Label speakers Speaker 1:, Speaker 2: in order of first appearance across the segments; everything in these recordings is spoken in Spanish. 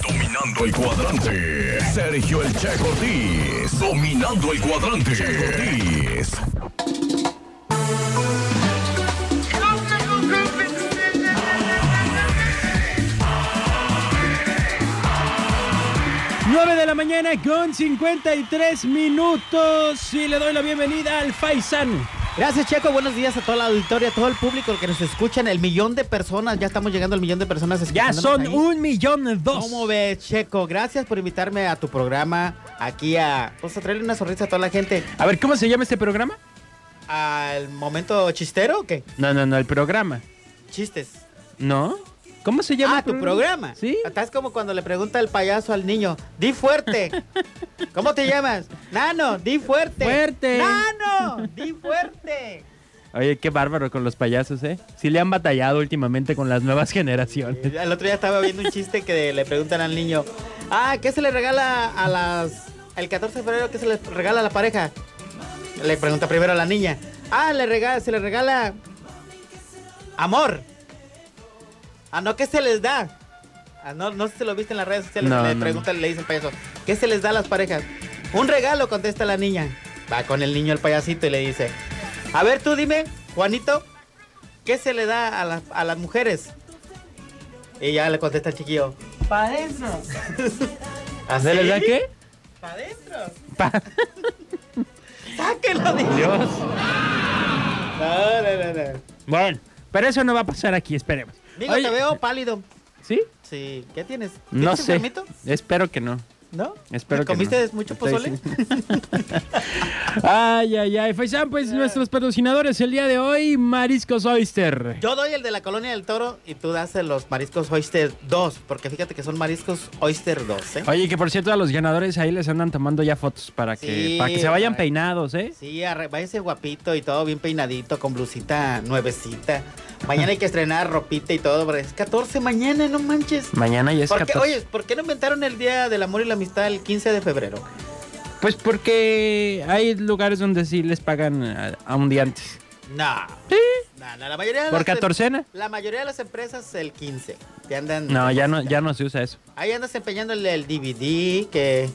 Speaker 1: Dominando el cuadrante. Sergio el Che Cortés. Dominando el cuadrante. Che Cortés.
Speaker 2: Nueve de la mañana con 53 minutos y le doy la bienvenida al Faisan.
Speaker 3: Gracias, Checo. Buenos días a toda la auditoria, a todo el público que nos escuchan. El millón de personas, ya estamos llegando al millón de personas.
Speaker 2: Ya
Speaker 3: escuchándonos
Speaker 2: son
Speaker 3: ahí.
Speaker 2: un millón dos.
Speaker 3: ¿Cómo ves, Checo? Gracias por invitarme a tu programa aquí a. Pues a traerle una sonrisa a toda la gente.
Speaker 2: A ver, ¿cómo se llama este programa?
Speaker 3: ¿Al momento chistero o qué?
Speaker 2: No, no, no, el programa.
Speaker 3: Chistes.
Speaker 2: ¿No? ¿Cómo se llama?
Speaker 3: Ah, tu programa.
Speaker 2: Sí.
Speaker 3: Estás como cuando le pregunta el payaso al niño: di fuerte. ¿Cómo te llamas? Nano, di fuerte.
Speaker 2: Fuerte.
Speaker 3: Nano, di fuerte.
Speaker 2: Oye, qué bárbaro con los payasos, ¿eh? Sí le han batallado últimamente con las nuevas generaciones.
Speaker 3: El Eh, otro día estaba viendo un chiste que le preguntan al niño, ah, ¿qué se le regala a las... El 14 de febrero, ¿qué se le regala a la pareja? Le pregunta primero a la niña, ah, le regala, se le regala amor. Ah, no, ¿qué se les da? Ah, no, no sé si lo viste en las redes sociales,
Speaker 2: No,
Speaker 3: le
Speaker 2: no,
Speaker 3: pregunta, le dice el payaso, ¿qué se les da a las parejas? Un regalo, contesta la niña. Va con el niño el payasito y le dice, a ver tú dime, Juanito, ¿qué se le da a, las- a las mujeres? Y ya le contesta el chiquillo. ¿Ah, Pa' adentro. ¿Así?
Speaker 2: ¿Se les da qué?
Speaker 3: Pa' adentro.
Speaker 2: Pa-
Speaker 3: Sáquenlo, dice.
Speaker 2: Dios.
Speaker 3: No, no, no, no.
Speaker 2: Bueno, pero eso no va a pasar aquí, esperemos.
Speaker 3: Digo,
Speaker 2: Oye,
Speaker 3: te veo pálido.
Speaker 2: ¿sí?
Speaker 3: Sí, ¿qué tienes?
Speaker 2: No
Speaker 3: ¿Tienes
Speaker 2: sé.
Speaker 3: enfermito?
Speaker 2: Espero que no.
Speaker 3: ¿No?
Speaker 2: Espero que
Speaker 3: ¿Comiste
Speaker 2: no.
Speaker 3: mucho
Speaker 2: Estoy
Speaker 3: pozole?
Speaker 2: Ay, ay, ay. Faisan, pues nuestros patrocinadores el día de hoy, Mariscos Oyster.
Speaker 3: Yo doy el de la colonia del toro y tú das el los mariscos Oyster 2, porque fíjate que son mariscos Oyster 2, ¿eh?
Speaker 2: Oye, que por cierto, a los ganadores ahí les andan tomando ya fotos para que,
Speaker 3: Sí,
Speaker 2: para que se vayan
Speaker 3: para-
Speaker 2: peinados, ¿eh?
Speaker 3: Sí, arre- váyase guapito y todo bien peinadito, con blusita nuevecita. Mañana hay que estrenar ropita y todo, pero es 14 mañana, no manches.
Speaker 2: Mañana ya es
Speaker 3: ¿Por qué-
Speaker 2: 14.
Speaker 3: oye, ¿por qué no inventaron el Día del Amor y la Amistad el 15 de febrero?
Speaker 2: Pues porque hay lugares donde sí les pagan a, a un día antes.
Speaker 3: No. No, no, la mayoría de
Speaker 2: ¿Por
Speaker 3: las em-
Speaker 2: catorcena?
Speaker 3: La mayoría de las empresas el 15. Te andan
Speaker 2: No, ya no, ya no se usa eso.
Speaker 3: Ahí andas empeñando el, el DVD que,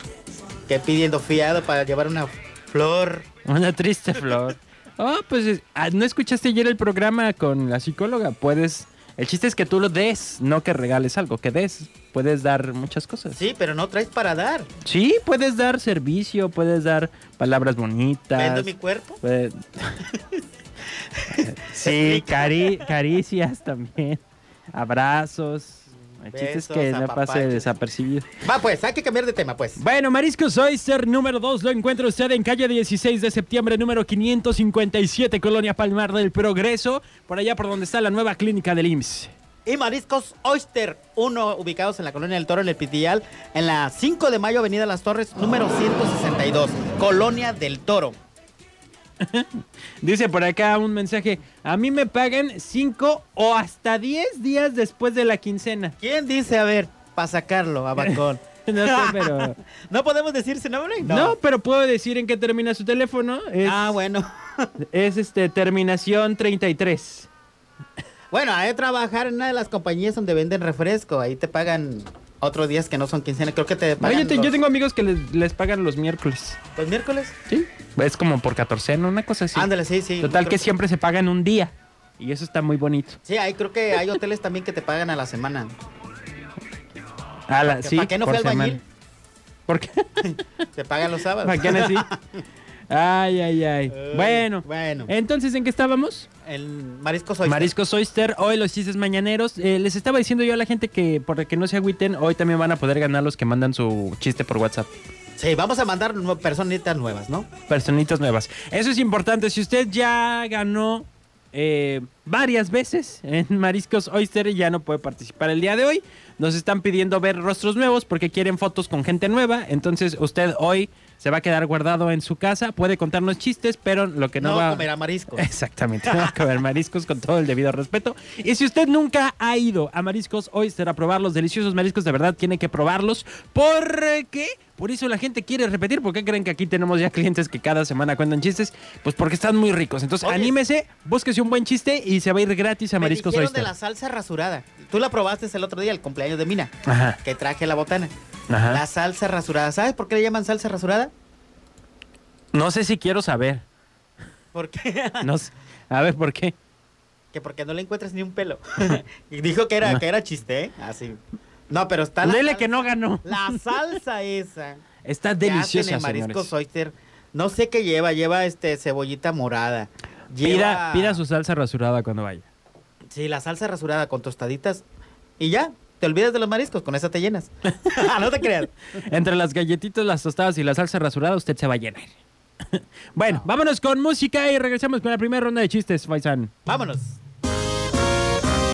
Speaker 3: que pidiendo fiado para llevar una flor.
Speaker 2: Una triste flor. Oh, pues es- ah, ¿no escuchaste ayer el programa con la psicóloga? Puedes. El chiste es que tú lo des, no que regales algo, que des. Puedes dar muchas cosas.
Speaker 3: Sí, pero no traes para dar.
Speaker 2: Sí, puedes dar servicio, puedes dar palabras bonitas.
Speaker 3: Vendo mi cuerpo.
Speaker 2: puede- sí, cari- caricias también. Abrazos. El chiste es
Speaker 3: Besos,
Speaker 2: que no pase
Speaker 3: apapachos.
Speaker 2: desapercibido.
Speaker 3: Va pues, hay que cambiar de tema pues.
Speaker 2: Bueno, Mariscos Oyster número 2 lo encuentra usted en calle 16 de septiembre, número 557, Colonia Palmar del Progreso, por allá por donde está la nueva clínica del IMSS.
Speaker 3: Y Mariscos Oyster 1, ubicados en la Colonia del Toro, en el Pitillal, en la 5 de mayo, Avenida Las Torres, número 162, Colonia del Toro.
Speaker 2: Dice por acá un mensaje, a mí me pagan 5 o hasta 10 días después de la quincena.
Speaker 3: ¿Quién dice, a ver, para sacarlo a Bacón?
Speaker 2: No sé, pero...
Speaker 3: ¿No podemos decir su nombre?
Speaker 2: No. pues. pero puedo decir en qué termina su teléfono. Es,
Speaker 3: Ah, bueno.
Speaker 2: Es este, terminación 33.
Speaker 3: Bueno, hay que trabajar en una de las compañías donde venden refresco. Ahí te pagan otros días que no son quincenas. Creo que te
Speaker 2: No,
Speaker 3: pagan
Speaker 2: yo, te- yo
Speaker 3: los-
Speaker 2: tengo amigos que les, les pagan los miércoles.
Speaker 3: los miércoles.
Speaker 2: ¿Sí? Es como por 14, ¿no? Una cosa así.
Speaker 3: Ándale, sí, sí.
Speaker 2: Total
Speaker 3: Creo
Speaker 2: que siempre se pagan un día. Y eso está muy bonito.
Speaker 3: Sí, ahí creo que hay hoteles también que te pagan a la semana.
Speaker 2: A la- sí,
Speaker 3: Ah, ¿Para qué no
Speaker 2: por
Speaker 3: fue albañil?
Speaker 2: semana. ¿Por qué?
Speaker 3: Te pagan los sábados.
Speaker 2: ¿Para qué no sí? Ay, ay, ay.
Speaker 3: Ay,
Speaker 2: Bueno.
Speaker 3: Bueno.
Speaker 2: Entonces, ¿en qué estábamos?
Speaker 3: El marisco soy.
Speaker 2: Mariscos Oyster, hoy los chistes mañaneros. Eh, les estaba diciendo yo a la gente que, por que no se agüiten, hoy también van a poder ganar los que mandan su chiste por WhatsApp.
Speaker 3: Sí, vamos a mandar nue- personitas nuevas, ¿no?
Speaker 2: personitas nuevas. Eso es importante. Si usted ya ganó eh, varias veces en Mariscos Oyster y ya no puede participar el día de hoy, nos están pidiendo ver rostros nuevos porque quieren fotos con gente nueva. Entonces usted hoy Se va a quedar guardado en su casa, puede contarnos chistes, pero lo que no,
Speaker 3: no
Speaker 2: va Este
Speaker 3: comerá marisco.
Speaker 2: Exactamente, no va a comer mariscos con todo el debido respeto. Y si usted nunca ha ido a mariscos, hoy será probar los deliciosos mariscos, de verdad tiene que probarlos. ¿Por qué? Por eso la gente quiere repetir. ¿Por qué creen que aquí tenemos ya clientes que cada semana cuentan chistes? Pues porque están muy ricos. Entonces,
Speaker 3: Oye.
Speaker 2: anímese, búsquese un buen chiste y se va a ir gratis a
Speaker 3: Me
Speaker 2: Mariscos
Speaker 3: dijeron de
Speaker 2: Oyster.
Speaker 3: la salsa rasurada. Tú la probaste el otro día, el cumpleaños de Mina,
Speaker 2: Ajá,
Speaker 3: que traje la botana.
Speaker 2: ajá.
Speaker 3: La salsa rasurada. ¿Sabes por qué le llaman salsa rasurada?
Speaker 2: No sé si quiero saber.
Speaker 3: ¿Por qué?
Speaker 2: No sé. A ver, ¿por qué?
Speaker 3: que porque no le encuentras ni un pelo. Y Dijo que era, que era chiste, ¿eh? Así. No, pero está la,
Speaker 2: Dele
Speaker 3: sal-
Speaker 2: que no ganó.
Speaker 3: la salsa esa.
Speaker 2: Está
Speaker 3: que hacen
Speaker 2: deliciosa,
Speaker 3: en mariscos
Speaker 2: señores.
Speaker 3: oyster. No sé qué lleva, lleva este cebollita morada.
Speaker 2: Pida,
Speaker 3: Lleva,
Speaker 2: pida su salsa rasurada cuando vaya.
Speaker 3: Sí, la salsa rasurada con tostaditas y ya, te olvidas de los mariscos, con esa te llenas. Ah, no te creas.
Speaker 2: Entre las galletitas, las tostadas y la salsa rasurada, usted se va a llenar. bueno, vámonos con música y regresamos con la primera ronda de chistes, Faisán.
Speaker 3: Vámonos.